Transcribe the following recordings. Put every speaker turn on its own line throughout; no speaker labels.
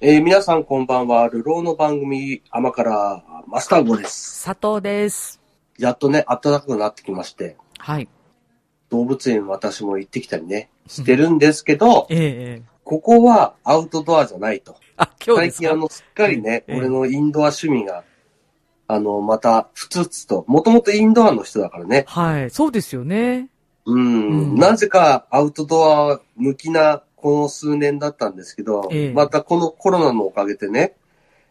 えー皆さんこんばんは。流浪の番組、甘からマスター号です。
佐藤です。
やっとね、暖かくなってきまして、
はい。
動物園私も行ってきたりね、してるんですけど、
ええええ
ここはアウトドアじゃないと。
あ、今日で
最
す
近あ
か
の、すっかりね、
ええ
俺のインドア趣味が、あの、また、ふつふつと、もともとインドアの人だからね、
はい。そうですよね。
うん、
うん
なぜかアウトドア向きなこの数年だったんですけど、
ええ
またこのコロナのおかげでね、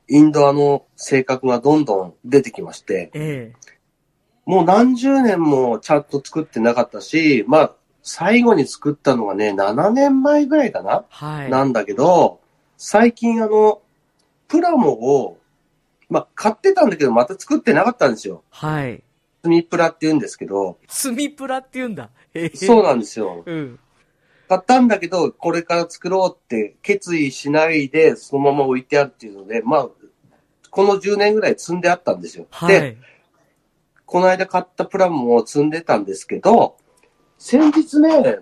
インドアの性格がどんどん出てきまして、
え
もう何十年もちゃんと作ってなかったし、まあ、最後に作ったのがね、7年前ぐらいかな、
はい。
なんだけど、最近あの、プラモを、まあ、買ってたんだけど、また作ってなかったんですよ。
はい。
スミプラって言うんですけど、
スミプラって言うんだ。ええ
そうなんですよ。
うん。
買ったんだけど、これから作ろうって決意しないで、そのまま置いてあるっていうので、まあ、この10年ぐらい積んであったんですよ。
は
で、
い。
この間買ったプラモを積んでたんですけど、先日ね、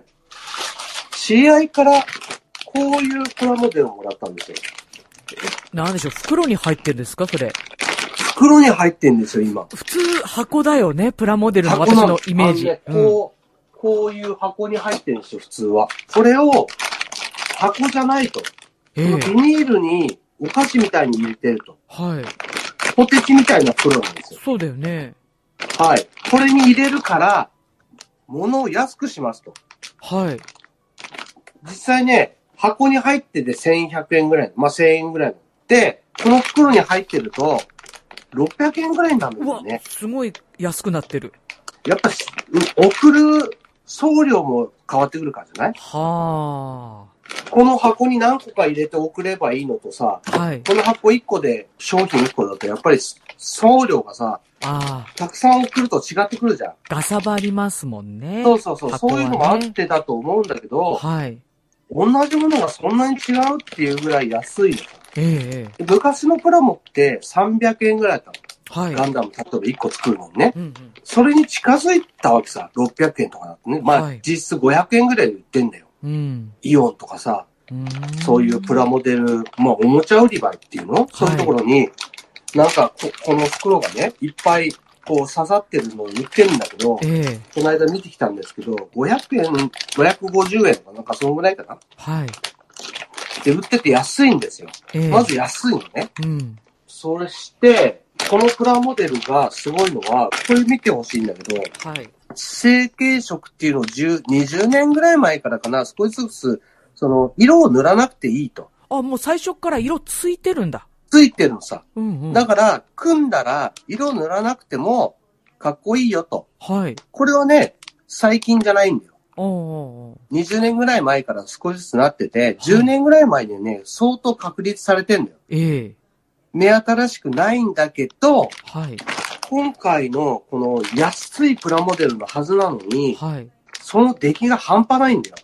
知り合いからこういうプラモデルをもらったんですよ。
なんでしょう、袋に入ってるんですかそれ。
袋に入ってんですよ、今。
普通、箱だよねプラモデルの私
な
のイメージ。
あのねこう、こういう箱に入ってるんですよ、普通は。これを、箱じゃないと。
うん、ええ
ビニールにお菓子みたいに入れてると。
はい。
ポテチみたいな袋なんですよ。
そうだよね。
はい。これに入れるから、物を安くしますと。
はい。
実際ね、箱に入ってて1100円ぐらい。まあ、1000円ぐらいの。で、この袋に入ってると、600円ぐらいになるんで
う
す
わ
よ、ね。
すごい安くなってる。
やっぱし、うん送る送料も変わってくるからじゃない
は
この箱に何個か入れて送ればいいのとさ、
あ。はい。
この箱1個で商品1個だとやっぱり送料がさ、
ああ。
たくさん送ると違ってくるじゃん。
ガサバりますもんね。
そうそうそう、
箱
そ
は
う
ね
いうのもあってだと思うんだけど、
はい。
同じものがそんなに違うっていうぐらい安いの。
ええええ
で昔のプラモって300円ぐらいだった
はい
の。。ガンダム例えば1個作るのにね。
うんうん。
それに近づいたわけさ、600円とかだってね。まあ、
はい
実質500円ぐらいで売ってんだよ。
うん。
イオンとかさ、
ーん
そういうプラモデル、まあおもちゃ売り場っていうのそういうところに、なんかここの袋がね、いっぱいこう刺さってるのを売ってるんだけど、
ええ
この間見てきたんですけど、500円、550円とかなんかそのぐらいかな。
はい。
で、売ってて安いんですよ。
ええ
まず安いのね。
うん。
それして、このプラモデルがすごいのは、これ見てほしいんだけど、
はい。
成形色っていうのを10 20年ぐらい前からかな、少しずつ、その、色を塗らなくていいと。
あ、もう最初から色ついてるんだ。
ついてるのさ。
うんうん。
だから、組んだら、色塗らなくても、かっこいいよと。
はい。
これはね、最近じゃないんだよ。
おうおう
20年ぐらい前から少しずつなってて、10年ぐらい前にね、相当確立されてんだよ。
ええ
目新しくないんだけど、
はい。
今回のこの安いプラモデルのはずなのに、
はい。
その出来が半端ないんだよ。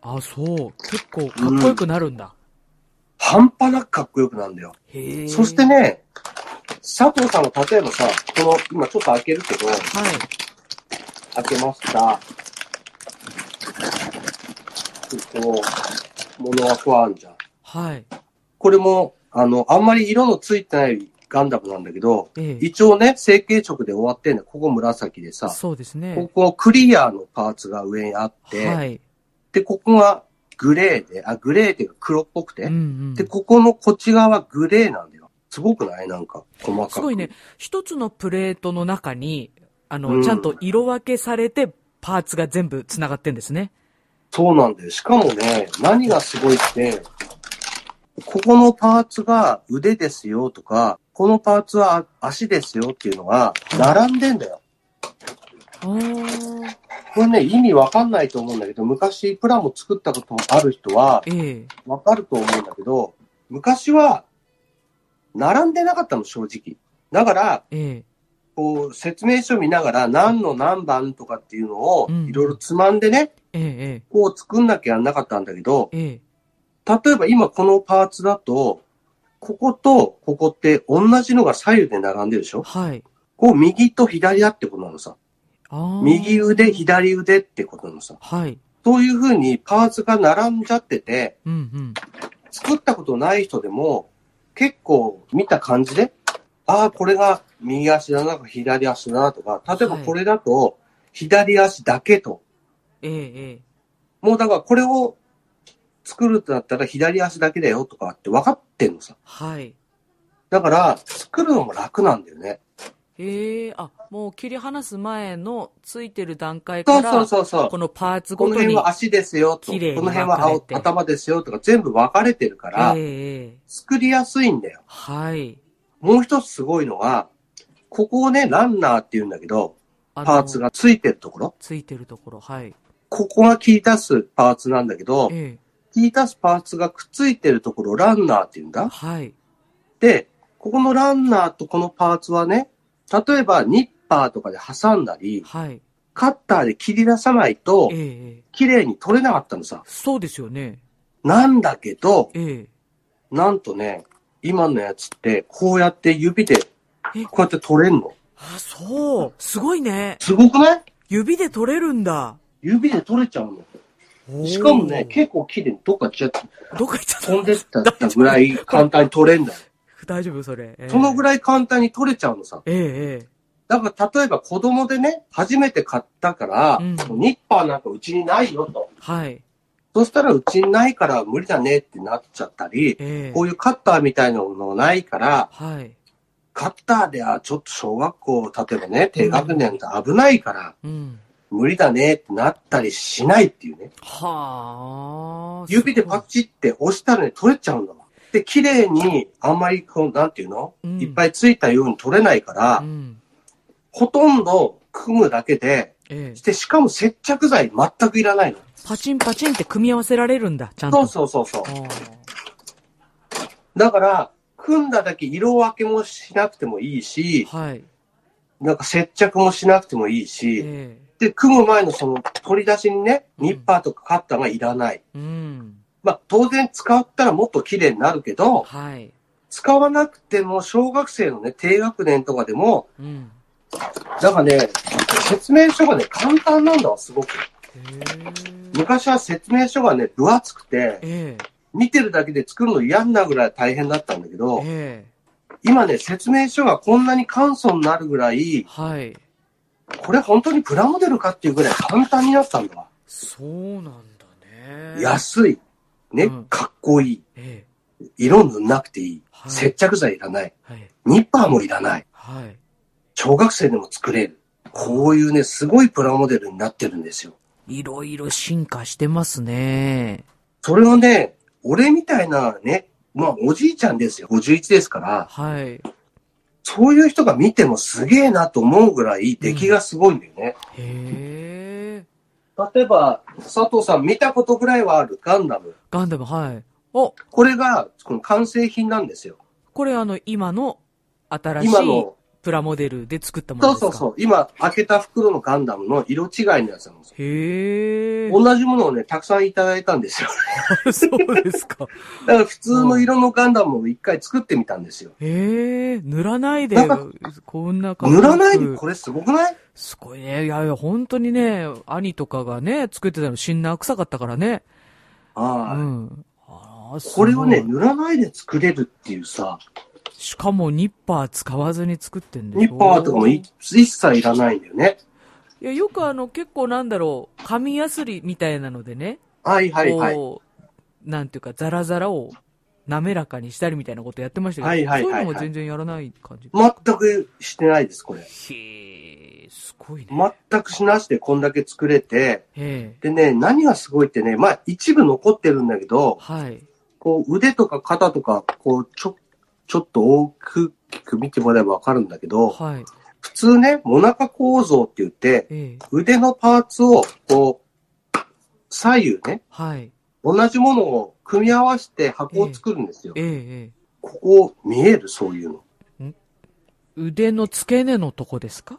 あ、そう。結構かっこよくなるんだ。
半端なくかっこよくなるんだよ。
へえ。
そして。ね、佐藤さんが例えばさ、この、今ちょっと開けるけど、
はい。
開けました。この、モノアクアンじゃん。
はい。
これも、あの、あんまり色のついてないガンダムなんだけど、
ええ
一応ね、成形直で終わってんだよここ紫でさ、
そうです
こ
ね。
こクリアのパーツが上にあって、
はい。
で、ここがグレーで、あ、グレーっていうか黒っぽくて、
うんうん。
で、ここのこっち側グレーなんだよ。すごくないなんか、細かく。
すごいね。。一つのプレートの中に、あ
うん
の、ちゃんと色分けされて、パーツが全部繋がってんですね。
そうなんだよ。しかもね、何がすごいって、ここのパーツが腕ですよとか、このパーツは足ですよっていうのが並んでんだよ。
あー
これね、意味わかんないと思うんだけど、昔プラモ作ったことある人は
ええ
わかると思うんだけど、昔は並んでなかったの、正直。だから、
え
こう、説明書見ながら何の何番とかっていうのを
うん
いろいろつまんでね、
ええ
こう作んなきゃやんなかったんだけど
え、ええ
例えば今このパーツだと、こことここって同じのが左右で並んでるでし
え
ょ
はい。
こう右と左だってことなのさ。
あー
右腕、左腕ってことなのさ。
はい。
そういう風にパーツが並んじゃってて、
うんうん。
作ったことない人でも、結構見た感じで、ああ、これが右足だな、左足だなとか、例えば
はい
これだと、左足だけと。
えええ
もうだからこれを作るとなったら左足だけだよとかって分かってんのさ
え。はい。
だから、作るのも楽なんだよね。
ええあ、もう切り離す前のついてる段階か
そうそう
ら、
そうそう。
このパーツ
こ
ご
の
と
辺
に。
は足ですよと、こ
綺麗に
の辺は
分かれ
青
て
頭ですよとか全部分かれてるか
え
ら、
えええ
作りやすいんだよ。
はい。
もう一つすごいのは、ここをね、ランナーって言うんだけど、
あの
パーツ。がついてるところ。
ついてるところ。はい。
ここが切り足すパーツなんだけど、
え
切り足すパーツがくっついてるところをランナーって言うん
え
だ。
はい。
で、ここのランナーとこのパーツはね、例えばニッパーとかで挟んだり、
はい。
カッターで切り出さないと
ええ、ええ
綺麗に取れなかったのさ。
そうですよね。
なんだけど、
ええ
なんとね、今のやつって、こうやって指で、こ
え
うやって取れんの。
あ、そう。すごいね。
すごくない
指で取れるんだ。
指で取れちゃう
お
の。
ー
しかもね、結構綺麗にどっか行っちゃって、
どこ行っちゃった
飛んでったったぐらい簡単に取れんだよ。
大丈夫それ。ええ
そのぐらい簡単に取れちゃうのさ。
えええ
だから例えば子供でね、初めて買ったから、
うん
ニッパーなんかうちにないよと。
えはい。
そしたらうちにないから無理だねってなっちゃったり、
ええ
こういうカッターみたいなものないから、
はい。
カッターではちょっと小学校、例えばね、低学年だと危ないから、
うん。
無理だねってなったりしないっていうね。
はあ。
指でパチって押したらね、取れちゃうんだもん。で、綺麗に、あんまり、こう、なんていうの、
うん
いっぱいついたように取れないから、
うん。
ほとんど組むだけで、
ええ
して、しかも接着剤全くいらないの。
パチンパチンって組み合わせられるんだ、ちゃんと。
そうそうそうそ
あ
う。だから、組んだだけ色分けもしなくてもいいし
ー、はい。
なんか接着もしなくてもいいし、
え
で、組む前のその取り出しにね、ニッパーとかカッターがいらない。
えうん。
まあ、当然使ったらもっと綺麗になるけど、
はい。
使わなくても小学生のね、低学年とかでも、
うん。
なんかね、説明書がね、簡単なんだわ、すごく。
へえ
昔は説明書がね、分厚くて、
ええ
見てるだけで作るの嫌になるぐらい大変だったんだけど、
え
今ね、説明書がこんなに簡素になるぐらい
え、はい。
これ本当にプラモデルかっていうぐらい簡単になったんだわ。
そうなんだね。
安い。ね
うん、
かっこいい。
ええ
色塗んなくていい。
はい
接着剤いらない。
はい。
ニッパーもいらない。
はい。
小学生でも作れる。こういうね、すごいプラモデルになってるんですよ。
いろいろ進化してますね。
それをね、俺みたいなね、まあおじいちゃんですよ。51ですから、
はい。
そういう人が見てもすげえなと思うぐらい出来がすごいんだよね。
へえ。
例えば、佐藤さん見たことぐらいはあるガンダム。
ガンダム、はい。お、
これが、この完成品なんですよ。
これあの、今の新しい
今の、
プラモデルで作ったもので
そう
すか
そうそう、今開けた袋のガンダムの色違いのやつなんですよ。
へえ。
同じものをね、たくさんいただいたんですよ。
そうですか。
だから普通の色のガンダムを一回作ってみたんですよ。
へえ、塗らないで
なんか、
こんな感じ。
塗らないでこれすごくない
すごいね。いやいや、本当にね、兄とかがね、作ってたの、シンナー臭かったからね。う
はい。
ん。あーす
こ
ごい
れをね、塗らないで作れるっていうさ、
しかもニッパー使わずに作ってんでしょ
ニッパーとかもい一切いらないんだよね。
いや、よくあの、結構なんだろう、紙やすりみたいなのでね、
はいはいはい。
こう、なんていうか、ザラザラを滑らかにしたりみたいなことやってましたけど、
はいはいはいはい
そういうのも全然やらない感じ。
全くしてないです、これ。
へえ、すごいね。
全くしなしでこんだけ作れて、
ええ
でね、何がすごいってね、まあ一部残ってるんだけど、
はい。
こう腕とか肩とか、こうちょ、ちょっと大きく見てもらえばわかるんだけど、
はい。
普通ね、モナカ構造って言って、
ええ
腕のパーツを、こう、左右ね、
はい。
同じものを組み合わせて箱を作るんですよ。
えええ
ここ見えるそういうの。
え腕の付け根のとこですか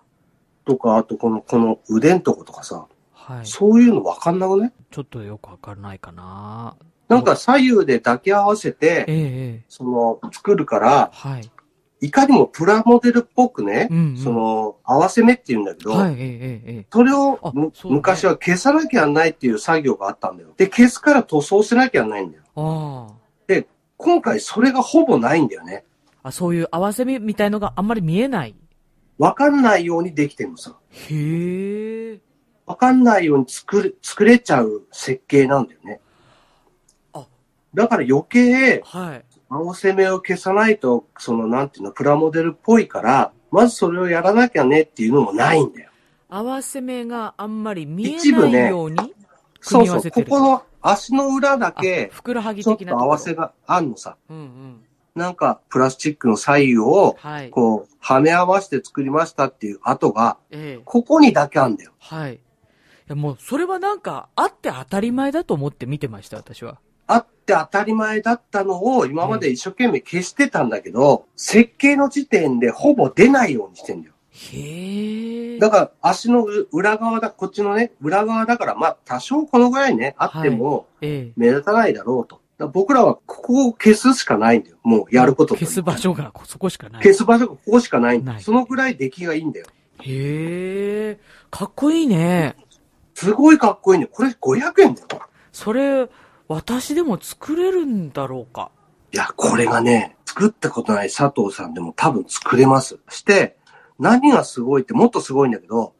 とか、あとこの、この腕んとことかさ、
はい。ち
そういうのわかんなくね
ょっとよくわからないかな。
なんか左右で抱き合わせ
え
て、
えええ
その、作るから、
はい。
いかにもプラモデルっぽくね
う、ん、うん。
そ、の、合わせ目って言うんだけど、
はい、ええええええ
それを
あ
む
そうね
昔は消さなきゃなんないっていう作業があったんだよ。で、消すから塗装しなきゃなんないんだよ。
ああ。
で、今回それがほぼないんだよね。
あ、そういう合わせ目みたいのがあんまり見えない。
わかんないようにできてるのさ。
へえ。
わかんないように作る、作れちゃう設計なんだよね。
あ
だから余計、
はい。
合せ目を消さないと、その、なんていうの、プラモデルっぽいから、まずそれをやらなきゃねっていうのもないんだよ。
合わせ目があんまり見え
一部
な
ね
いように、組
そう
み合
そ
わ
う、
せて
こ
る
この足の裏だけ
あ、ふくらはぎ
ちょっ
的な
と合わせ
目。
があんのさ。
うんうん。
なんか、プラスチックの左右を、
はい。
こう、はめ合わせて作りましたっていう跡が、
ええ。
ここにだけあんだよ。
はい。いやもう、それはなんか、あって当たり前だと思って見てました、私は。
あって当たり前だったのを今まで一生懸命消してたんだけど、設計の時点でほぼ出ないようにしてんだよ。
へえ。
だから足の裏側だ、こっちのね、裏側だから、まあ多少このぐらいね、あっても
ええ。
目立たないだろうと。だから僕らはここを消すしかないんだよ。もうやることと
消す場所がこそこしかない。
消す場所がここしかないん
な
だよ。
い
そのぐらい出来がいいんだよ。
へえ。かっこいいね。
すごいかっこいいんだよ。これ500円だよ。
それ、私でも作れるんだろうか。
いや、これがね、作ったことない佐藤さんでも多分作れます。して、何がすごいってもっとすごいんだけど、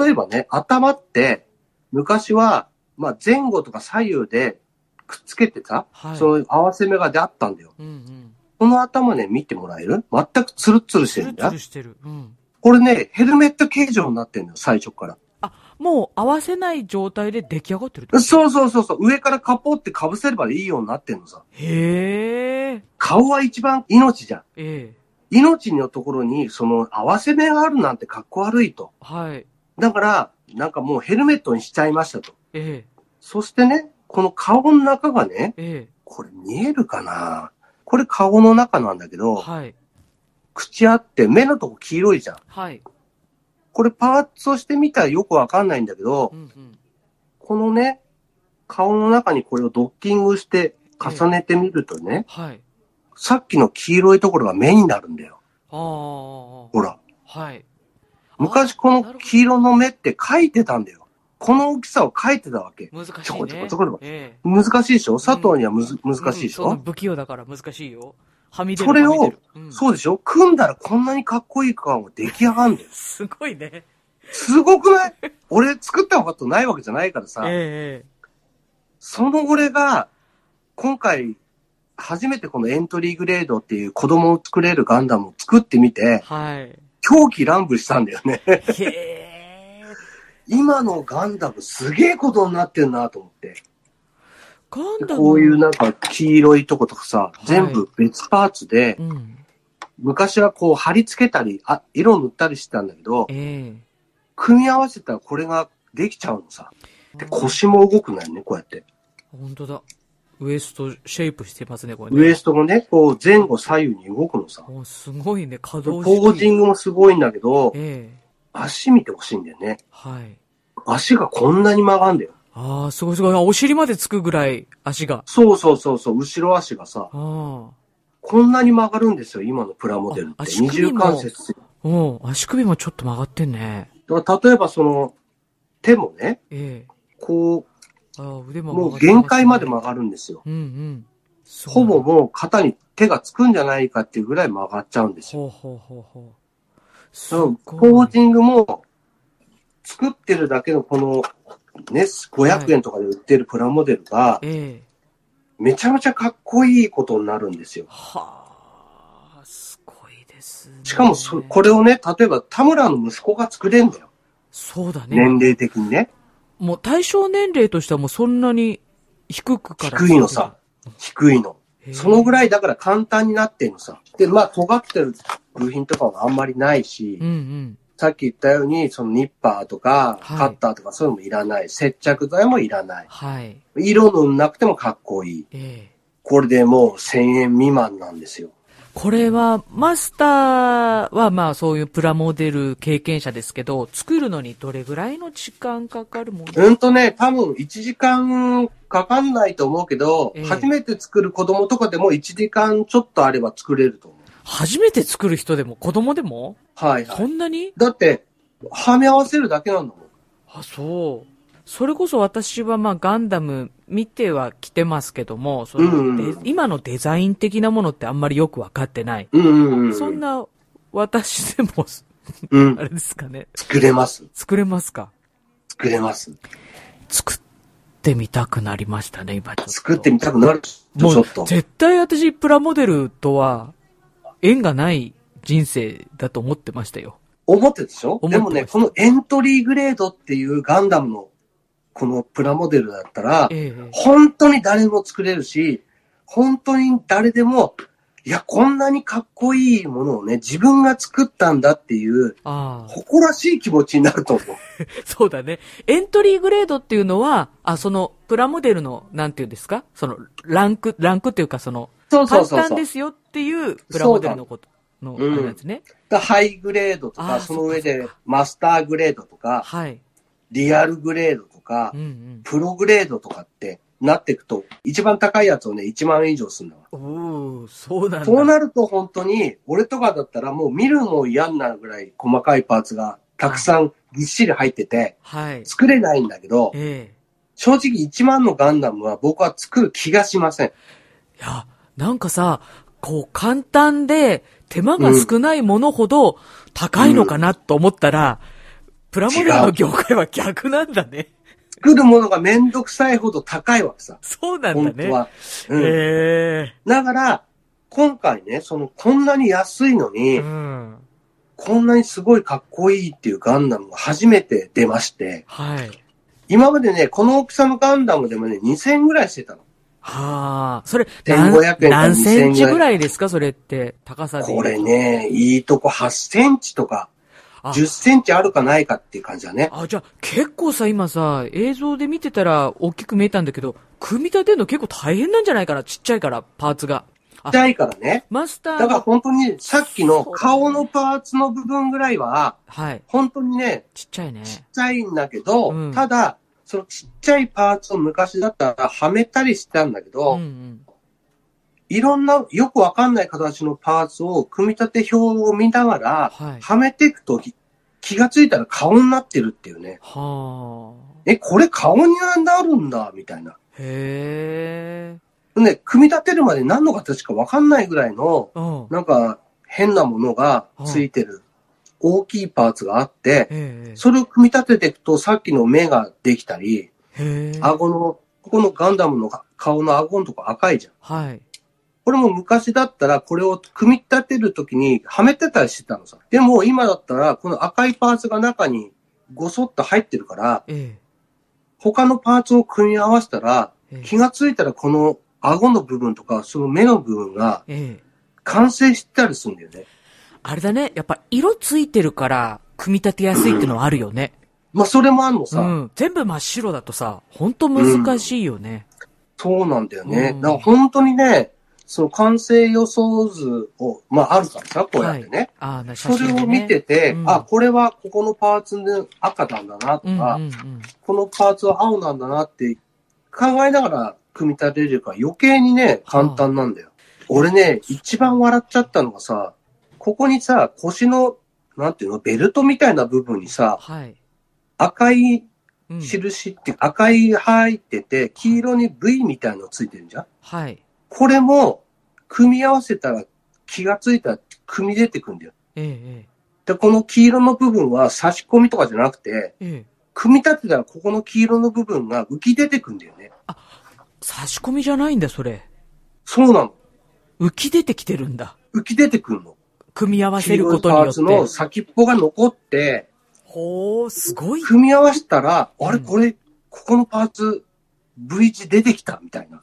例えばね、頭って、昔は、まあ、前後とか左右でくっつけてた、
はい。
そういう合わせ目がであったんだよ。
うんうん。
この頭ね、見てもらえる全くツルツルして
ツ
る
ル
ん
ツ
だ
ル。してる。うん。
これね、ヘルメット形状になってんだよ、最初から。
もう合わせない状態で出来上がってるってこと
そうそうそうそう、上からカポって被せればいいようになってんのさ。
へえ。
顔は一番命じゃん。
ええ。
命のところに、その、合わせ目があるなんてかっこ悪いと。
はい。
だから、なんかもうヘルメットにしちゃいましたと。
ええ。
そしてね、この顔の中がね、
え
これ見えるかなこれ顔の中なんだけ
え。
ど、
はい。
口あって目のとこ黄色いじゃん。
はい。
これパーツをしてみたらよくわかんないんだけど
う、んうん。
このね、顔の中にこれをドッキングして重ねてみるとね、
はい。
さっきの黄色いところが目になるんだよ。
ああ。
ほら。
はい。
昔この黄色の目って書いてたんだよ。この大きさを書いてたわけ。
難しいね。
ちょこちょこちょこちょこ
ええ。
難しいでしょ佐藤にはむず、難しいでしょ、
うんその不器用だから難しいよ。はみ出る。
それを
はみ出る、うん。
そうでしょ組んだらこんなにかっこいい感が出来上がるんだよ
すごいね。
すごくない俺作ったことないわけじゃないからさ、
ええ。
その俺が、今回、初めてこのエントリーグレードっていう子供を作れるガンダムを作ってみて、
はい。
狂気乱舞したんだよね。
へえ。
今のガンダムすげえことになってんなと思って。
ガンダム。
こういうなんか黄色いとことかさ、
い
全部別パーツで、
うん。
昔はこう貼り付けたり、あ、色塗ったりしてたんだけど、
え
組み合わせたらこれができちゃうのさ。
え。
で、腰も動くないね、こうやって。
本当だ。ウエストシェイプしてますね、これね。
ウエストもね、こう前後左右に動くのさ。
おすごいね、可
ポ
動式。
ージングもすごいんだけど、
ええ。
足見てほしいんだよね。
はい。
足がこんなに曲がんだよ。
ああ、すごいすごい。あお尻までつくぐらい、足が。
そうそうそうそう、後ろ足がさ、
あ
こんなに曲がるんですよ、今のプラモデルって。
あ足
二
首も
重関節。だ
あ。おう足首もちょっと曲がってんね。
から例えばその、手もね、
ええ。
こ
ああ、腕
う、
も
も
曲
う
がってすね
限界まで曲がるんですよ。
うんうん。そう
ほぼもう肩に手がつくんじゃないかっていうぐらい曲がっちゃうんです
ほ
よ。
うほうほうほう。す
そう、ポ
ご
ー
い。
ジングも、作ってるだけのこの、ね、500円とかで売ってるプラモデルが、
ええ。
めちゃめちゃかっこいいことになるんですよ。
はあ、すごいですね。
しかもそ、これをね、例えば田村の息子が作れんだよ。
そうだね。
年齢的にね。
もう対象年齢としてはもうそんなに低くから。
低いのさ。低いの。
へえ。
そのぐら
い。
いだから簡単になってんのさ。で、まあ、尖ってる部品とかはあんまりないし、
うんうん。
さっき言ったように、そのニッパーとか、
はい
カッターとかそういうのもいらない。接着剤もいらない。
はい。
色塗んなくてもかっこいい。
ええ。
これでもう1000円未満なんですよ。
これは、マスターはまあそういうプラモデル経験者ですけど、作るのにどれぐらいの時間かかるもん
うんとね、多分1時間かかんないと思うけど、
ええ
初めて作る子供とかでも1時間ちょっとあれば作れると思う。
初めて作る人でも子供でも
はい、は
こ
い。
んなに
だって、はめ合わせるだけなんだもん。
あ、そう。それこそ私はまあガンダム見ては来てますけども、その
うんうん
で今のデザイン的なものってあんまりよくわかってない。
うんうんうん。
そん。な私でも、
うん
あ。れですかね、
作れます。
作れますか
作れます。
作ってみたくなりましたね、今ちょっと。
作ってみたくなる。ち
も
ょ
う
っと。
絶対私プラモデルとは縁がない人生だと思ってましたよ。
思ってたでしょ
思って
で
ま
も
す
ね、このエントリーグレードっていうガンダムのこのプラモデルだったら、
ええ
本当に誰も作れるし、本当に誰でも、いや、こんなにかっこいいものをね、自分が作ったんだっていう、
ああ、
誇らしい気持ちになると思う。
そうだね。エントリーグレードっていうのは、あ、その、プラモデルの、なんていうんですかその、ランク、ランクっていうか、その、
そうそ
簡
うそう
単
そう
で。すよっていう、プラモデルのこと、の、あ
うん
れですね。
だハイグレードと
あ
か、
ー
その上
そっ
で
かそ
マスターグレードとか、
はい。
リアルグレードとか
うん、うん。
プログレードとかってなっていくと、一番高いやつをね、1万円以上するんだわ。
おー、そうなんだ。
そうなると本当に、俺とかだったらもう見るのも嫌になるぐらい細かいパーツがたくさんぎっしり入ってて、
はい。
作れないんだけど、
ええ
正直1万のガンダムは僕は作る気がしません。
いや、なんかさ、こう簡単で手間が少ないものほど高いのかなと思ったら、プラモデルの業界は逆なんだね。
作るものがめんどくさいほど高いわけさ。
そうなんだ
本
ね。
当は。
え
うん。だから、今回ね、その、こんなに安いの
え
に、
うん。
こんなにすごいかっこいいっていうガンダムが初めて出まして、
はい。
今までね、この大きさのガンダムでもね、2000円ぐらいしてたの。
はあ。それ、
1500円か
何センチ
2000
ぐらいですかそれって、高さで言う。
ことれね、いいとこ8センチとか、
あ
10センチあるかないかっていう感じだね。
あ、じゃあ結構さ、今さ、映像で見てたら大きく見えたんだけど、組み立てるの結構大変なんじゃないかなちっちゃいから、パーツが。あ
ちっちゃいからね。
マスター
だから
の、
本当にさっきの顔のパーツの部分ぐらいは、
はい。
本当にね、
ちっちゃいね。
ちっちゃいんだけど、
うん
ただ、そのちっちゃいパーツを昔だったらはめたりしてたんだけど、
うんうん。
いろんなよくわかんない形のパーツを組み立て表を見ながら、
はい。
はめていくとき気がついたら顔になってるっていうね。
はあ。
え、これ顔になるんだ、みたいな。
へえ。
で、組み立てるまで何の形かわかんないぐらいの、
うん。
なんか変なものがついてる大きいパーツがあって、
ええ。
それを組み立てていくとさっきの目ができたり、
へえ。
顎の、ここのガンダムのか顔の顎のとこ赤いじゃん。
はい。
これも昔だったらこれを組み立てるときにはめてたりしてたのさ。でも今だったらこの赤いパーツが中にごそっと入ってるから、
え
他のパーツを組み合わせたら、
え。え
気
え。
がついたらこの顎の部分とかその目の部分が
ええ。
完成してたりするんだよね。
あれだね。やっぱ色ついてるから、組み立てやすいってのはあるよね。
まあそれもあんの
う
さ。
ん。全部真っ白だとさ、ほんと難しいよね。
そうなんだよね。
うん
だから本当にね、その完成予想図を、まああるからさ、こうやってね。
ああ、な写
それ
真でね
を見てて、
うん
あ、これはここのパーツの赤なんだなと
うんうん
か、
うん。
このパーツは青なんだなって考えながら組み立てれるから余計にね、簡単なんだよ。俺ね、一番笑っちゃったのがさ、ここにさ、腰の、なんていうの、ベルトみたいな部分にさ、
はい。
赤い
うん。
印って、赤い入ってて、黄色に V みたいのついてるじゃん
はい。
これも、組み合わせたら気がついたら組み出てくんだよ。
ええ。
で、この黄色の部分は差し込みとかじゃなくて、
ええ。ええ。
組み立てたらここの黄色の部分が浮き出てくんだよね。
差し込みじゃないんだ、それ。
そうなの。
浮き出てきてるんだ。
浮き出てくんの。
組み合わ
黄
せる
色
こ
い
と
パーツ
によ
の
って。
先っぽが残って、
ほう、すごいね
組み合わせたら、あれ
うん
これ、ここのパーツ、V 字出てきたみたいな。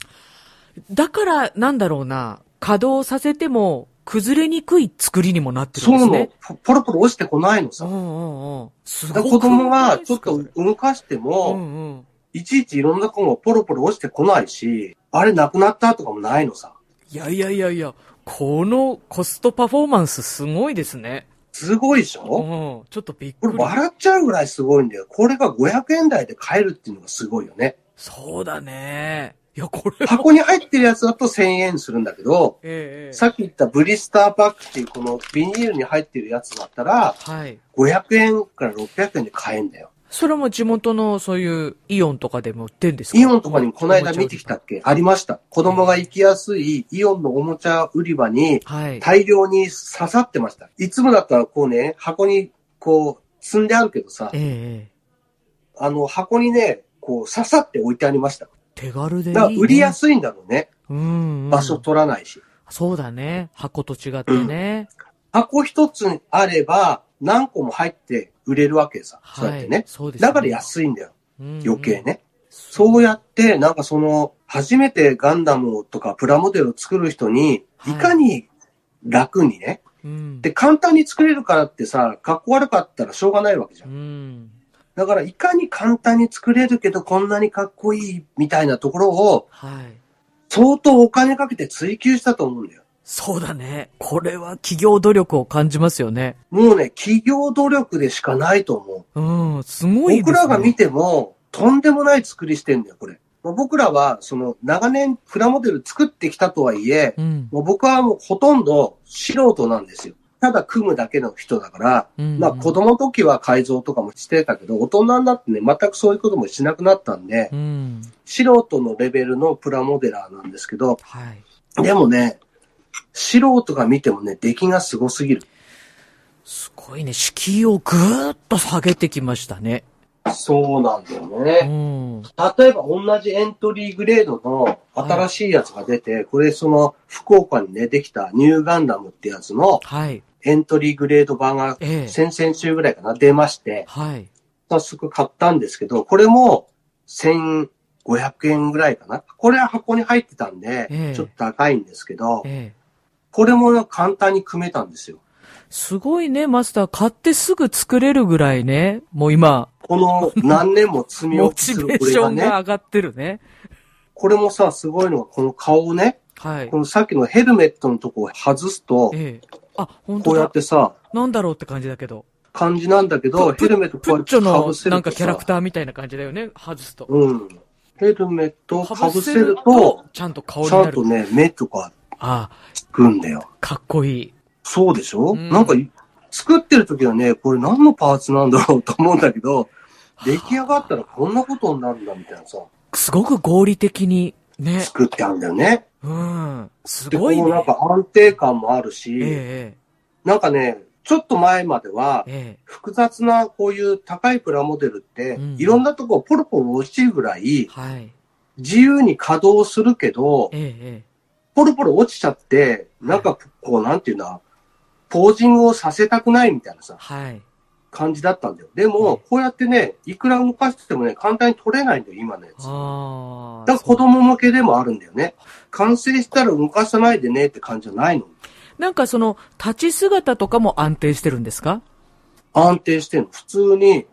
だから、なんだろうな、稼働させても、崩れにくい作りにもなってるん
そ
で
うな
す
の
ね。。
ポポロポロ落ちてこないの
う
さ。
んうんうん。す
だから
ごい。
子供はちょっと動かして
う
も、
んうん。
いちいちいろんな子もポロポロ落ちてこないし、あれなくなったとかもないのさ。
いやいやいやいや、このコストパフォーマンスすごいですね。
すごいでしょ、
うん。ちょっとびっく
これ
り。
笑っちゃうぐらいすごいんだよ。これが500円台で買えるっていうのがすごいよね。
そうだね。いや、これは。
箱に入ってるやつだと1000円するんだけど、
ええ
さっき言ったブリスターパックっていうこのビニールに入ってるやつだったら、
はい。
500円から600円で買えんだよ。
それも地元のそういうイオンとかでも売ってんですか
イオンとかにもこの間見てきたっけありました。子供が行きやすいイオンのおもちゃ売り場に
はい。
大量に刺さってました。いつもだったらこうね、箱にこう積んであるけどさ
え、え
あの箱にね、こう刺さって置いてありました。
手軽でいい、
だ
ね。
から売りやすいんだろうね。
うん、うん。
場所取らないし。
そうだね。箱と違ってね。
箱一つあれば何個も入って売れるわけさ。そうや
は
って
い。
ね。
そうです、
だから安いんだよ。
うんうん
余計ね。
う。
そうやって、なんかその、初めてガンダムとかプラモデルを作る人に、
はい
いかに楽にね。
うん。
で、簡単に作れるからってさ、格好悪かったらしょうがないわけじゃ。
うんん。
だから、いかに簡単に作れるけど、こんなにかっこいいみたいなところを、
はい。
相当お金かけて追求したと思うんだよ。
そうだね。これは企業努力を感じますよね。
もうね、企業努力でしかないと思う。
うん。すごいです、ね。
僕らが見ても、とんでもない作りしてんだよ、これ。まあ僕らは、その、長年プラモデル作ってきたとはいえ、
うん。
もう僕はもうほとんど素人なんですよ。ただ組むだけの人だから、
うん。
まあ子供の時は改造とかもしてたけど、大人になってね、全くそういうこともしなくなったんで
う、ん。
素人のレベルのプラモデラーなんですけど、
はい。
でもね、素人が見てもね、出来がすごすぎる。
すごいね。敷居をぐーっと下げてきましたね。
そうなんだよ
う
ね。
ん。
例えば同じエントリーグレードの新しいやつが出て、これその福岡にね、できたニューガンダムってやつの
はい。
エントリーグレード版が
ええ
先々週ぐらいかな、出まして、
はい。
早速買ったんですけど、これも1500円ぐらいかな。これは箱に入ってたんで、
ええ
ちょっと高いんですけど、
ええ
これも簡単に組めたんですよ。
すごいね、マスター。買ってすぐ作れるぐらいね。もう今、
この何年も積み
モ
置き
チ
す
ベー
るこれ
ショ
が
ンが
ね、
上がってるね。
これもさ、すごいのが、この顔をね、
はい
こ。のさっきのヘルメットのとこを外すと、
ええ。あ、本
こ
当
うや
だ
っ。てさ、
なんだろうって感じだけど。
感じなんだけど、ヘルメット
プ
こう
ッ
やっ
チョ
て被
の
せるとさ
なんかキャラクターみたいな感じだよね。外すと。
うん。ヘルメットを被せる
被
と、、
ちゃんと顔に
ちゃ
なん
と
る。
ね、目とか
あ
つくんだよ。
あ、かっこいい。
そうでしょ、
うん
なんかい、作ってる時はね、これ何のパーツなんだろうと思うんだけど、出来上がったらこんなことになるんだみたいなさ、
すごく合理的に、ね。
作ってあるんだよね。
うん。す
で、
ごい
こ
ね
の。なんか安定感もあるし、
え
なんかね、ちょっと前までは
え、、え
複雑なこういう高いプラモデルって、
うん
いろんなとこをポロポロ落ちるぐら
え。
い、
はい。
自由に稼働するけど
え、え、え
ポロポロ落ちちゃって、なんかこう、なんていうな、ポージングをさせたくないみたいなさ
え。、はい。
感じだったんだよ。でも、
うん
こうやってね、いくら動かしててもね、簡単に取れないんだよ、今のやつ。だか
ああ。
ら子供向けでもあるんだよね。完成したら動かさないでねって感じじゃないの。
なんかその、立ち姿とかも安定してるんですか
安定してんの。普通に、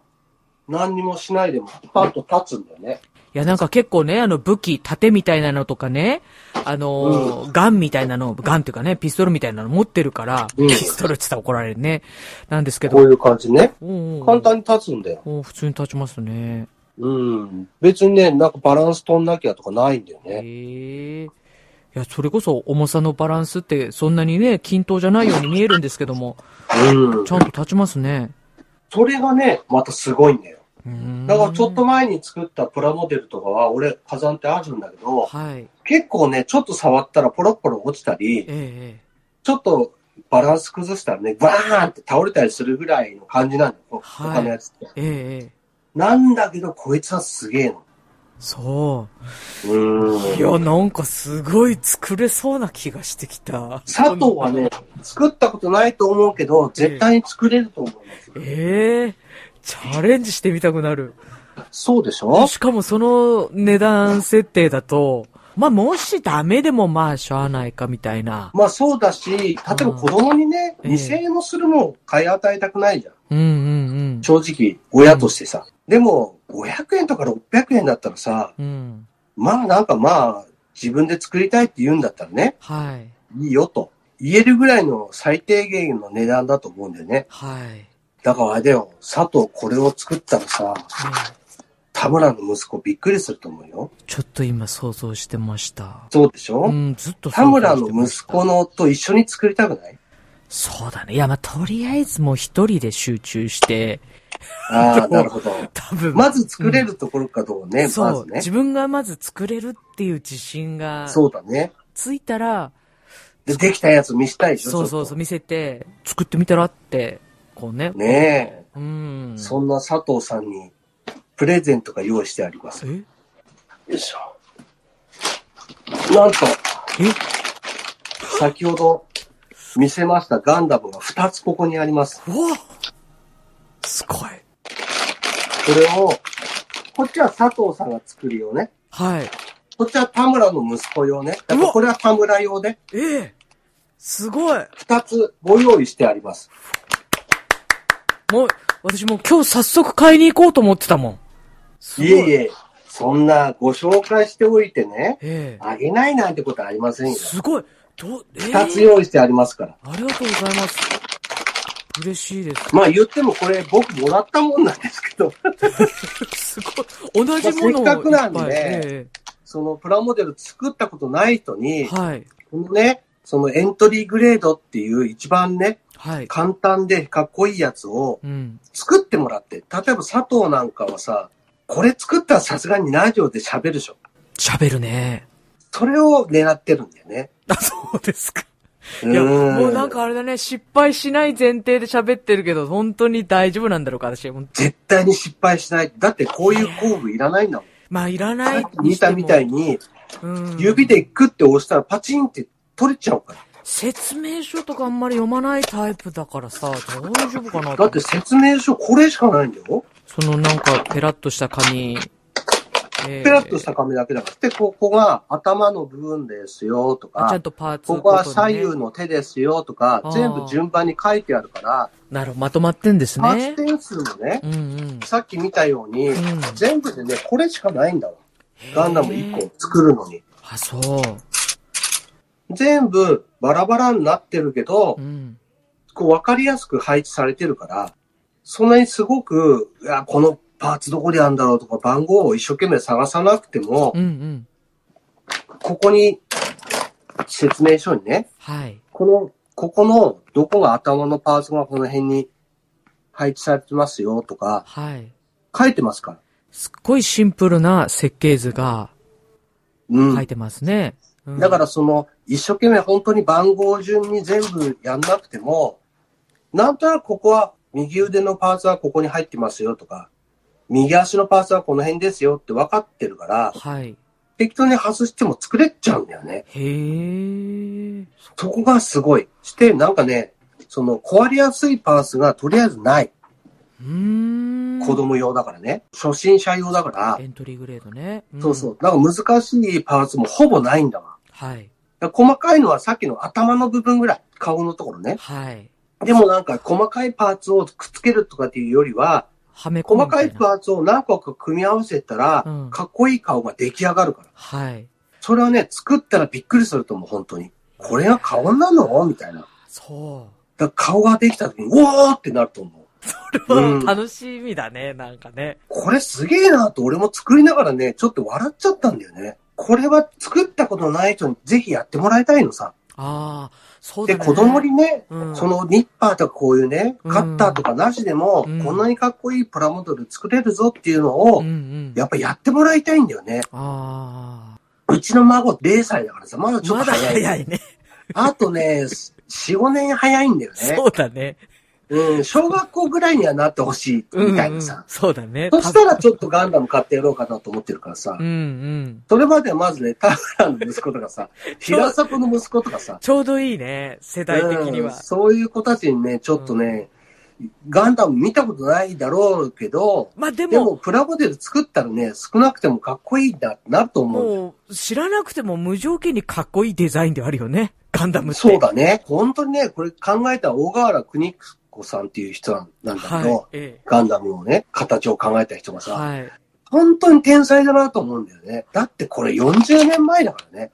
何にもしないでも、パッと立つんだよね。
いや、なんか結構ね、あの、武器、盾みたいなのとかね、あのーガンみたいなの、ガンっていうかね、ピストルみたいなの持ってるから、
うん
ピストルって言ったら怒られるね。なんですけ
こ
ど。
ういう感じね。
おうおう
簡単に立つんだよ。
おう普通に立ちますね。
うん。別にね、なんかバランス取んなきゃとかないんだよね。
へえ。いや、それこそ重さのバランスって、そんなにね、均等じゃないように見えるんですけども、
うん
ち。ゃんと立ちますね。
それがね、またすごいんだよ。
うーん
だからちょっと。前に作ったプラモデルとかは、俺、飾ってあるんだけど、
はい。
結構ね、ちょっと触ったらポロポロ落ちたり、
え
ちょっとバランス崩したらね、バーンって倒れたりするぐらいの感じなんだよ、こ
はい
他のやつって。
えええええ
なんだけど、こいつはすげえの。
そう。
う
いや、なんかすごい作れそうな気がしてきた。
佐藤はね、作ったことないと思うけど、絶対に作れると思います。
ええチャレンジしてみたくなる。
そうでしょ
しかもその値段設定だと、まあもしダメでもまあしゃあないかみたいな。
まあそうだし、例えば子供にね、
うん
2000円もするもん買い与えたくないじゃん。
うんうん
正直、親としてさ。でも、500円とか600円だったらさ、
うん。うん。
まあなんかまあ、自分で作りたいって言うんだったらね、
はい。
いいよと言えるぐらいの最低限の値段だと思うんだよね。
はい。
だからあれだよ、佐藤これを作ったらさ、田村の息子びっくりすると思うよ。
ちょっと今想像してました。
そうでしょ、
うん、ずっと
田
想像し
村
て
の
ま
息
した
子。のと一緒に作りたくない
そうだね。いや、まあとりあえずもう一人で集中して、
ああ、なるほど。
多分。
まず作れるところかどうね、
そ
ま
う、
ずね
自。分がまず作れるっていう自信が
そうだね。
ついたら、
で、できたやつ見したいでしょ
そうそうそう、
ちょっ
見せて、作ってみたらって、こうね
と。ね
うん
え。。そんな佐藤さんに、プレゼントが用意してあります。よ
え
いしょ。なんと、先ほど見せましたガンダムが2つここにあります。
えわすごい。
これを、こっちは佐藤さんが作るよね。
はい。
こっちは田村の息子用ね。やっぱこれは田村用ね。
ええすごい。
2つご用意してあります。
もう、私もう今日早速買いに行こうと思ってたもん。す
い
ご
えい。え、そんなご紹介しておいてね、
え
あげないなんてことはありません
え
よ。
すごい。ど、ええ
2つ用意してありますから。
ありがとうございます。嬉しいです。
まあ言ってもこれ僕もらったもんなんですけど、
すごい。同じものをいっ
まあせっかくな
ぱい。
んで
え
そのプラモデル作ったことない人
え
に、
はい。
このね、そのエントリーグレードっていう一番ね、
はい。
簡単でかっこいいやつを
うん。
作ってもらって、例えば佐藤なんかはさ、これ作ったらさすがにラジオで喋るでしょ。
喋るね。
それを狙ってるんだよね。
あ、そうですか。
い
いや、もうなんかあれだね、失敗しない前提で喋ってるけど、本当に大丈夫なんだろうか、私。ほん
絶対に失敗しない。だってこういう工具いらないんだもん。
まあ、いらない
さっき見たみたい
に
に、
しても、うん
指でグッて押したらパチンって取れちゃうから。
説明書とかあんまり読まないタイプだからさ、大丈夫かな
だって説明書これしかないんだよ。
そのなんか、ペラッとした紙。ええ
ペラッとした紙だけだから。で、ここが頭の部分ですよと
あちゃ
か
ん、とパーツ
ここは
ご
左
とに
右
ね
の手ですよとか
あ、ー
全部順番に書いてあるから、
なるほど、まとまってんです
パー
ね
ツ。点数もね、
うんうん。
さっき見たように、
うん
全部でね、これしかないんだわ。ガンダム1個作るのに。
あ、そう。
全部バラバラになってるけど
う、ん。
こう分かりやすく配置されてるから、そんなにすごく、いやこのパーツどこであるんだろうとか番号を一生懸命探さなくても
う、んうん。
ここに説明書にね、
はい。
この、ここのどこが頭のパーツがこの辺に配置されてますよとか
はい。
書いてますから。
すっごいシンプルな設計図が
うん。
書いてますね。うん
だから、その、一生懸命本当に番号順に全部やんなくても、なんとなくここは、右腕のパーツはここに入ってますよとか、右足のパーツはこの辺ですよって分かってるから、
はい。
適当に外しても作れちゃうんだよね。
へえ。
そこがすごい。して、なんかね、その壊れやすいパーツがとりあえずない。
うーん。
子。供用だからね。初心者用だから
エ、ントリーグレードね。ん
そうそう。。なんか難しいパーツもほぼないんだわ。
はい。
だから細かいのはさっきの頭の部分ぐらい。顔のところね。
はい。
でもなんか細かいパーツをくっつけるとかっていうよりは、
はめ込む
細
みた
かい
いな。
パーツを何個か組み合わせたら
うん、
かっこいい顔が出来上がるから。
はい。
それはね、作ったらびっくりすると思う、本当に。これが顔なのみたいな。だか
そ
ら顔ができた時に、おーってなると思う。
う。これ
う
は
ん
楽しみだね、なんかね。
これすげえなと俺も作りながらね、ちょっと笑っちゃったんだよね。これは作ったことない人にぜひやってもらいたいのさ。
ああ、そうだ
で、
ね。
子供にね、
うん、
そのニッパーとかこういうね、カッターとかなしでも、
うん
こんなにかっこいいプラモデル作れるぞっていうのを
うん、うん。
やっぱやってもらいたいんだよね。
あ
うちの孫0歳だからさ、まだ
あ。
ちょっ
ま
と
だ
早い。
早いね。
あとね、4、5年早いんだよね。
そうだね。
うん、小学校ぐらいにはなってほしい、みたいな
うんうん
さ。
そうだね。
そしたらちょっとガンダム買ってやろうかなと思ってるからさ
うん。うん。
それまではまずね、田村の息子と かさ、平迫の息子とかさ、
ちょうどいいね、世代的に
うん
は。
そういう子たちにね、ちょっとね、ガンダム見たことないだろうけど、
まあで
で
も、
もプラモデル作ったらね、少なくてもかっこいいんだってなると思うんだよね
もう、知らなくても無条件にかっこいいデザインではあるよね。ガンダムって。
そう。だね。本当にね、これ考えた大河原邦子さんっていう人なんだけど、
はい。ええ。
ガンダムのね、形を考えた人がさ、
はい。
本当に天才だなと思うんだよね。だってこれ40年前だからね、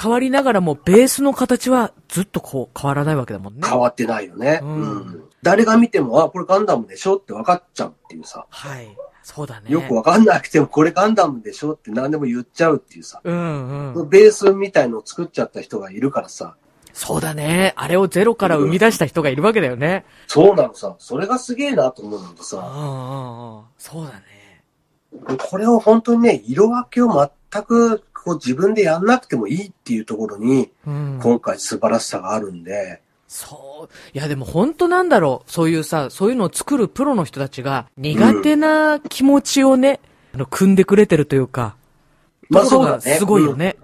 変わりながらも、ベースの形はずっとこう、変わらないわけだもんね。
変わってないよね。
う
うんん誰が見ても、あ、これガンダムでしょって分かっちゃうっていうさ、
はい。そうだね。
よく分かんなくてもこれガンダムでしょって何でも言っちゃうっていうさ、
うんうん。
ベースみたいのを作っちゃった人がいるからさ、
そうだね。あれをゼロから生み出した人がいるわけだよね。
そうなのさ。それがすげえなと思うんだけど
うんう
さ。
んうん。そうだね。
これを本当にね、色分けを全くこう自分でやんなくてもいいっていうところに、
うん。
今回素晴らしさがあるんで、
そう。いやでも本当なんだろう。そういうさ、そういうのを作るプロの人たちが苦手な気持ちをね、あの、組んでくれてるというか、
まあ
ところ
そうだ
が
ね。
すごいよね。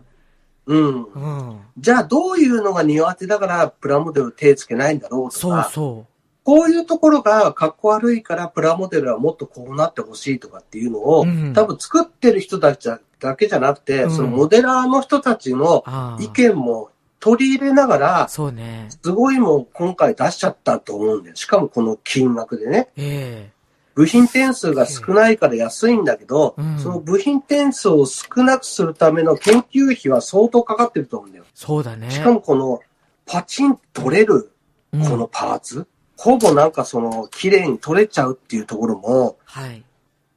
うん。うん。
うん。
じゃあどういうのが苦手だからプラモデルを手つけないんだろうと
そう
か、
そ
こういうところがかっこ悪いからプラモデルはもっとこうなってほしいとかっていうのを、
うん
多分作ってる人たちだけじゃなくて、
うん
そのモデラーの人たちの
う。ああ。
意見も取り入れながら、
そうね。
すごいもう今回出しちゃったと思うんだよ。しかもこの金額でね。
え
部品点数が少ないから安いんだけど、
うん
その部品点数を少なくするための研究費は相当かかってると思うんだよ。
えそうだね。
しかもこのパチン取れる
う
こ
ん、
のパーツ、ほぼなんかその綺麗に取れちゃうっていうところも、
はい。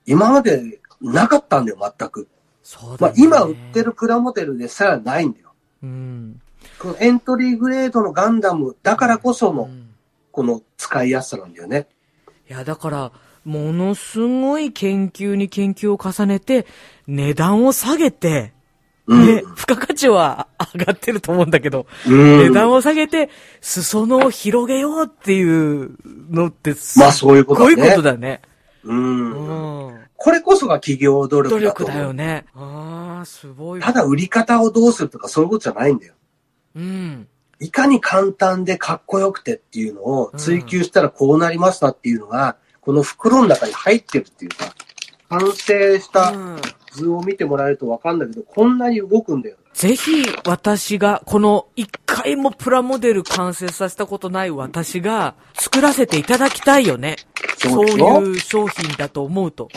今までなかったんだよ、全く。
そうだ
まあ
ね。
今売ってる。プラモデルでさえないんだよ。
うん。
このエントリーグレードのガンダムだからこその
う、ん
この使いやすさなんだよね。
いや、だから、ものすごい研究に研究を重ねて、値段を下げて、
うん。
ね、付加価値は上がってると思うんだけど、
うん
値段を下げて、裾野を広げようっていうのってす、
まあそういうことだね
こういうことだね。
うん。
うん。
これこそが企業
努
努力だ
力
と思う。
だよね。ああ、すごい。
ただ売り方をどうするとかそういうことじゃないんだよ。
うん。
いかに簡単でかっこよくてっていうのを追求したらこうなりますなっていうのが、この袋の中に入ってるっていうか、完成した
うん
図を見てもらえるとわかるんだけど、こんなに動くんだよ。
ぜひ私が、この一回もプラモデル完成させたことない私が作らせていただきたいよね。
そ
そうう
でしょ
いう商品だと思うと。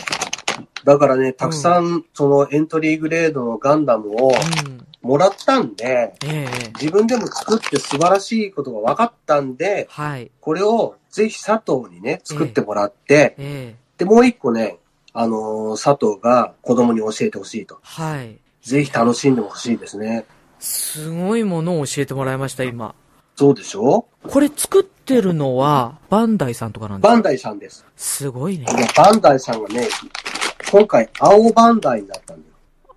だからね、たくさんそのエントリーグレードのガンダムを
うん。
もらったんで、
ええ
自分でも作って素晴らしいことが分かったんで、
はい。
これをぜひ佐藤にね、作ってもらって、
ええ
で、もう一個ね、あのー佐藤が子供に教えてほしいと。
はい。
ぜひ楽しんでほしいですね。
すごいものを教えてもらいました、今。
そうでしょ
これ作ってるのは、バンダイさんとかなんです
バ
か
ンダイさんです。
すごいね。
いやバンダイさんがね、今回青バンダイになったんだよ。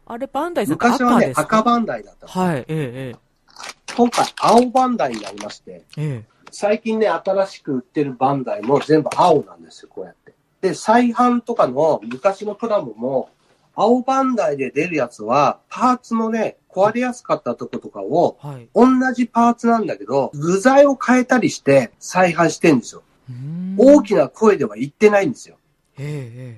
あれ、バンダイさんって
昔は
赤
ね
で、すか
赤バンダイだったの。
はい、ええ
今回青バンダイになりまして、
えええ
最近ね、新しく売ってるバンダイも全部青なんですよ、こうやって。で、再販とかの昔のプラモも、青バンダイで出るやつは、パーツのね、壊れやすかったとことかを、
えはい。
同じパーツなんだけど、具材を変えたりして再販してんですよ。
うーん
大きな声では言ってないんですよ。
ええ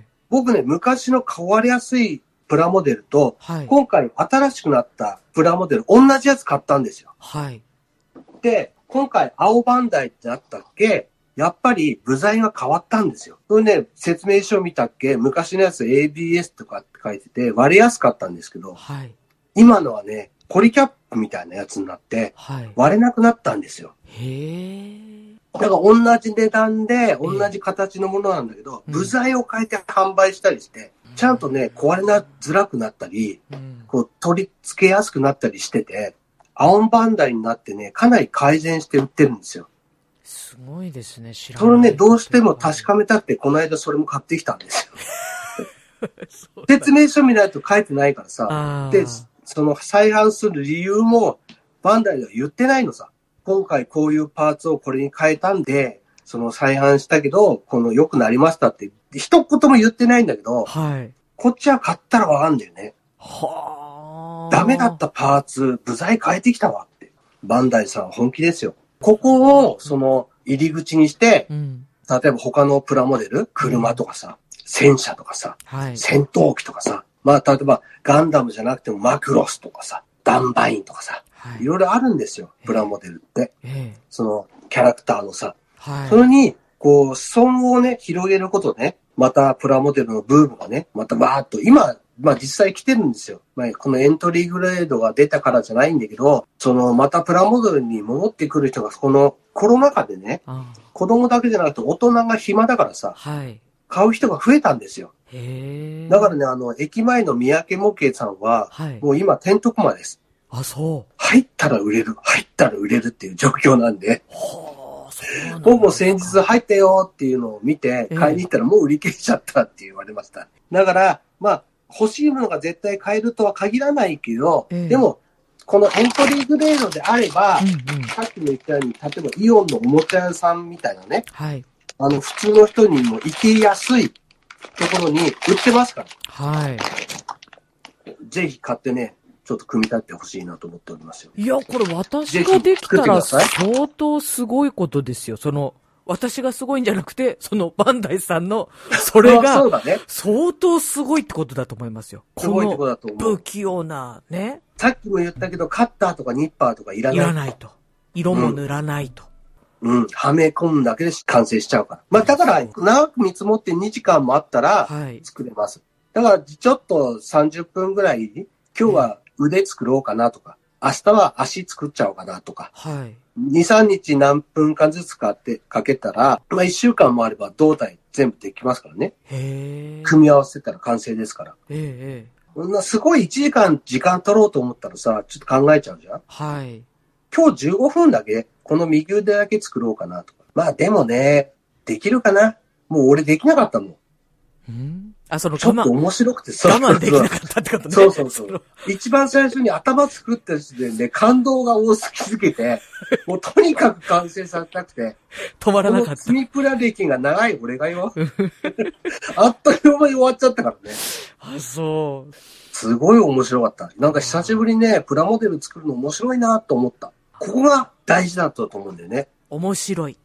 ええ
僕ね、昔の変わりやすいプラモデルと、
はい。
今回新しくなったプラモデル、同じやつ買ったんですよ。
はい。
で、今回青バンダイってあったっけやっぱり部材が変わったんですよ。それね、説明書見たっけ昔のやつ ABS とかって書いてて割れやすかったんですけど、
はい。
今のはね、ポリキャップみたいなやつになって
はい。
割れなくなったんですよ。
へえ。
だから同じ値段で、同じ形のものなんだけど、
うん
部材を変えて販売したりして、ちゃんとね、壊れなづらくなったり、
うん。
こう取り付けやすくなったりしてて、青バンダイになってね、かなり改善して売ってるんですよ。
すごいですね、知らない。
それをね、どうしても確かめたくて、この間それも買ってきたんですよ。説明書見ないと書いてないからさ、
あ
で
ー、
その再販する理由も、バンダイでは言ってないのさ。今回こういうパーツをこれに変えたんで、その再販したけど、この良くなりましたって、一言も言ってないんだけど、
はい。
こっちは買ったらわかんだよね。
はあ。
ダメだっ。たパーツ、部材変えてきたわって。バンダイさんは本気ですよ。ここを、その、入り口にして、
うん。
例えば他のプラモデル、車とかさ、戦車とかさ、
はい。
戦闘機とかさ、まあ例えばガンダムじゃなくてもマクロスとかさ、ダンバインとかさ、
はいい。
ろいろあるんですよ、プラモデルって。
ええ
そのキャラクターのさ。
はい。
それに、こう、損をね、広げることで、またプラモデルのブームがね、またわーっと、今、まあ実際来てるんですよ。まあこのエントリーグレードが出たからじゃないんだけど、そのまたプラモデルに戻ってくる人が、このコロナ禍でね、
あ
子供だけじゃなくて大人が暇だからさ、
はい。
買う人が増えたんですよ。
へえ。
だからね、あの、駅前の三宅模型さんは、
はい。
もう今、天徳間です。
あ、そ
早入ったら売れる、入ったら売れるっていう状況なんで、
はあ、そうなんだ
僕も先日入ったよっていうのを見て
ええ、
買いに行ったらもう売り切れちゃったって言われました。だから、まあ、欲しいものが絶対買えるとは限らないけど、
ええ
でも、このエントリーグレードであれば、
うんうん。
さっきも言ったように、例えばイオンのおもちゃ屋さんみたいなね、
はい。
あの、普通の人にも行きやすいところに売ってますから、
はい。
ぜひ買ってね、ちょっと組み立ててほしいなと思っておりますよ。
いや、これ私ができたら
ぜひ作って
相当すごいことですよ。その、私がすごいんじゃなくて、そのバンダイさんの、それ
まあそ
が
うだね。
相当すごいってことだと思いますよ。
すごいとこ
の
だと思
不
う。
器用な、ね、
さっきも言ったけど、カッターとかニッパーとかいら
い
ない。
らないと。色も塗らないと。
うん。はめ込むだけで完成しちゃうから。まあ、だから、長く見積もって2時間もあったら、
はい。
作れます。だから、ちょっと30分ぐらい、今日は腕作ろうかなとか、明日は足作っちゃおうかなとか、
はい。
2、3日何分間ずつかってかけたら、まあ1週間もあれば胴体全部できますからね。
へえ。
組み合わせたら完成ですから。
ええええ。
こんなすごい1時間時間取ろうと思ったらさ、ちょっと考えちゃうじゃん
はい。
今日15分だけ、この右腕だけ作ろうかなとか。まあでもね、できるかなもう俺できなかったもん。
うんあ、その我
ちょっと
慢、
面白くてさ。
我慢できなかったってことね。
そうそうそう
の
一番最初に頭作った時点で感動が多すぎすぎて、もうとにかく完成させたくて、
止まら
こ
な
の
かった
積。みプラ歴が長い俺がよ。 あっという間に終わっちゃったからね。
あ、そう。
すごい面白かった。なんか久しぶりにね、プラモデル作るの面白いなと思った。ここが大事だったと思うんだよね。
面白い。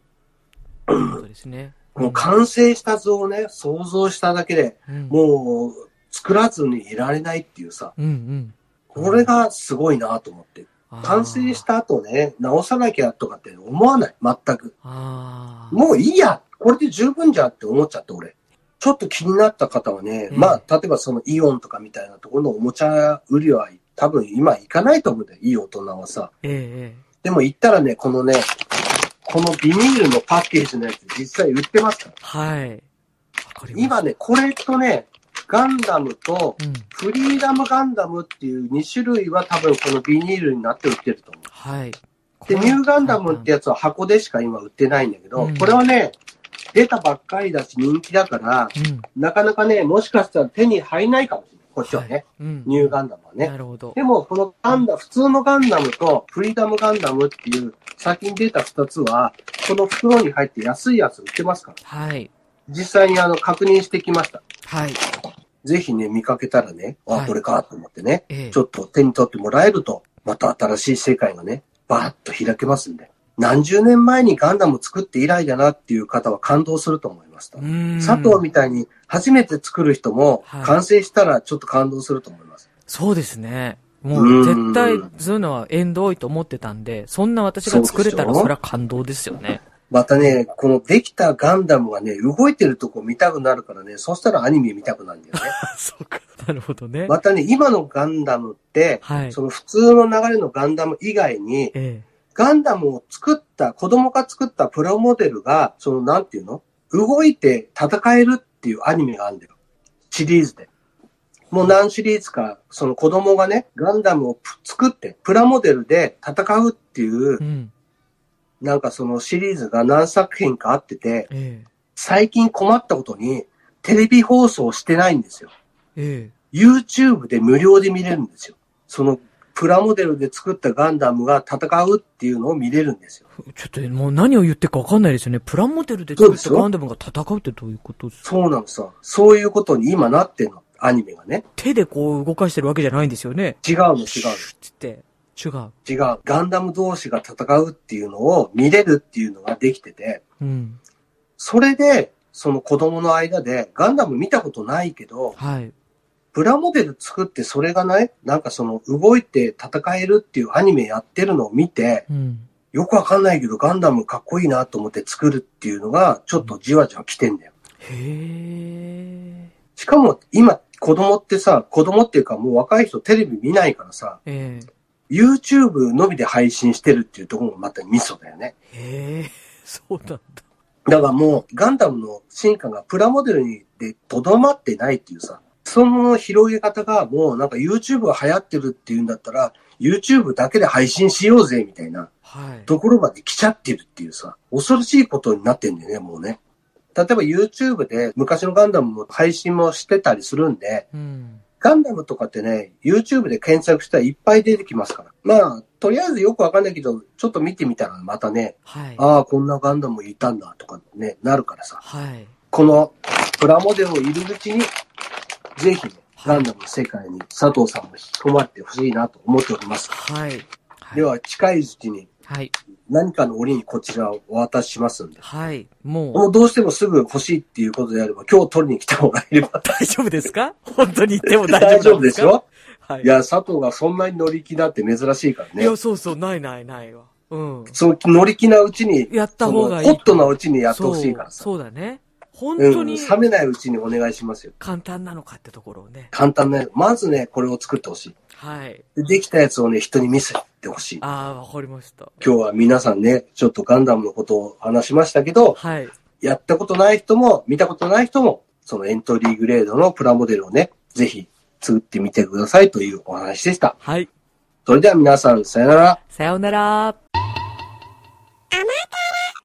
ということですね。
もう完成した図をね、想像しただけで、
うん、
もう作らずにいられないっていうさ、
うん、うん。
これがすごいなと思って。
あー
完成した後ね、直さなきゃとかって思わない。全く。
ああ。
もういいや。これで十分じゃんって思っちゃって、俺。ちょっと気になった方はね、
うん
まあ、例えばそのイオンとかみたいなところのおもちゃ売りは多分今行かないと思うんだよ。いい大人はさ。
ええ
でも行ったらね、このね、このビニールのパッケージのやつ実際売ってますから。
はい。わかりま
今ね、これとね、ガンダムと
す。うん。
フリーダムガンダムっていう2種類は多分このビニールになって売ってると思う。
はい。
で、ニューガンダムって
や
やつは箱でしか今売ってないんだけど、
うん
これはね、出たばっかりだし人気だから、
うん。
なかなかね、もしかしたら手に入らないかもしれない。こっちはね、
はい。うん。
ニューガンダムはね。
なるほど。
でも、このガンダ、普通のガンダムとフリーダムガンダムっていう先に出た二つは、この袋に入って安いやつ売ってますから。
はい。
実際にあの、確認してきました。
はい。
ぜひね、見かけたらね、
は
あ、
い
これかと思ってね、
ええ
ちょっと手に取ってもらえると、また新しい世界がね、バーッと開けますんで。何十年前にガンダム作って以来だなっていう方は感動すると思いました。
うーん。
佐藤みたいに初めて作る人も
はい
完成したらちょっと感動すると思います。
そうですね。もう絶対
うん、
そういうのは縁遠いと思ってたんで、そんな私が作れたら
そうでしょ
それは感動ですよ ね。
またね、このできたガンダムがね、動いてるとこ見たくなるからね、そしたらアニメ見たくなるん だよね。
そうか。なるほどね。
またね、今のガンダムって、
はい。
その普通の流れのガンダム以外に、
え
ガンダムを作った、子供が作ったプラモデルが、そのなんていうの動いて戦えるっていうアニメがあるんだよ。シリーズで。もう何シリーズか、その子供がね、ガンダムをぷ作って、プラモデルで戦うってい
え。う
う、
ん。
なんかそのシリーズが何作品かあってて、
え
最近困ったことに、テレビ放送してないんですよ。
え。え
YouTube で無料で見れるんですよ。その、プラモデルで作ったガンダムが戦うっていうのを見れるんですよ。
え。ちょっともう何を言ってるかわかんないですよね。プラモデルで作っ
そうで
た
すよ
ガンダムが戦うってどういうことですか
そうなのさ。そういうことに今なってんの。アニメがね。
手でこう動かしてるわけじゃないんですよね。
違うの違う
つって、違う。
の。違う。ガンダム同士が戦うっていうのを見れるっていうのができてて、
うん。
それで、その子供の間で、ガンダム見たことないけど、
はい。
プラモデル作ってそれがないなんかその動いて戦えるっていうアニメやってるのを見て、
うん。
よくわかんないけどガンダムかっこいいなと思って作るっていうのが、ちょっとじわじわ来てんだよ。
へえ。
しかも今、子供ってさ、子供っていうかもう若い人テレビ見ないからさ、
え
YouTube のみで配信してるっていうところもまたミソだよね。
え。へえ。 そうなんだ。
だからもう、ガンダムの進化がプラモデルにでとどまってないっていうさ、その広げ方がもうなんか YouTube が流行ってるっていうんだったら、YouTube だけで配信しようぜみたいな
はい。
ところまで来ちゃってるっていうさ、恐ろしいことになってんだよね、もうね。例えば YouTube で昔のガンダムも配信もしてたりするんで、
うん。
ガンダムとかってね、YouTube で検索したらいっぱい出てきますから。まあ、とりあえずよくわかんないけど、ちょっと見てみたらまたね、
はい。
ああ、こんなガンダムいたんだとかね、なるからさ。
はい。
このプラモデルを入り口に、ぜひね、ガンダムの世界に佐藤さんも引き込まれてほしいなと思っております。
はい。はい
では、近いうちに
はい。
何かの折にこちらをお渡ししますんで。
はい。もう、
もうどうしてもすぐ欲しいっていうことであれば、今日取りに来てもらえれば
大丈夫ですか本当に言っても 大
大
丈
丈
夫
夫
で
ですし
か
ょ
はい。
いや、佐藤がそんなに乗り気だって珍しいから
い
ね
や、。そうそう、ないないないわ。うん。
その乗り気なうちに、
やった方がいい。
そのホットなうちにやってほしいからさ。
そうそうだね。本
う
当
ん、
に
冷めないうちにお願いしますよ。
簡単なのかってところをね。
簡単なやつ。まずね、これを作ってほしい。
はい。
でできたやつをね、人に見せてほしい。
ああ、わかりました。
今日は皆さんね、ちょっとガンダムのことを話しましたけど、
はい。
やったことない人も、見たことない人も、そのエントリーグレードのプラモデルをね、ぜひ作ってみてくださいというお話でした。
はい。
それでは皆さん、さよなら。
さようなら。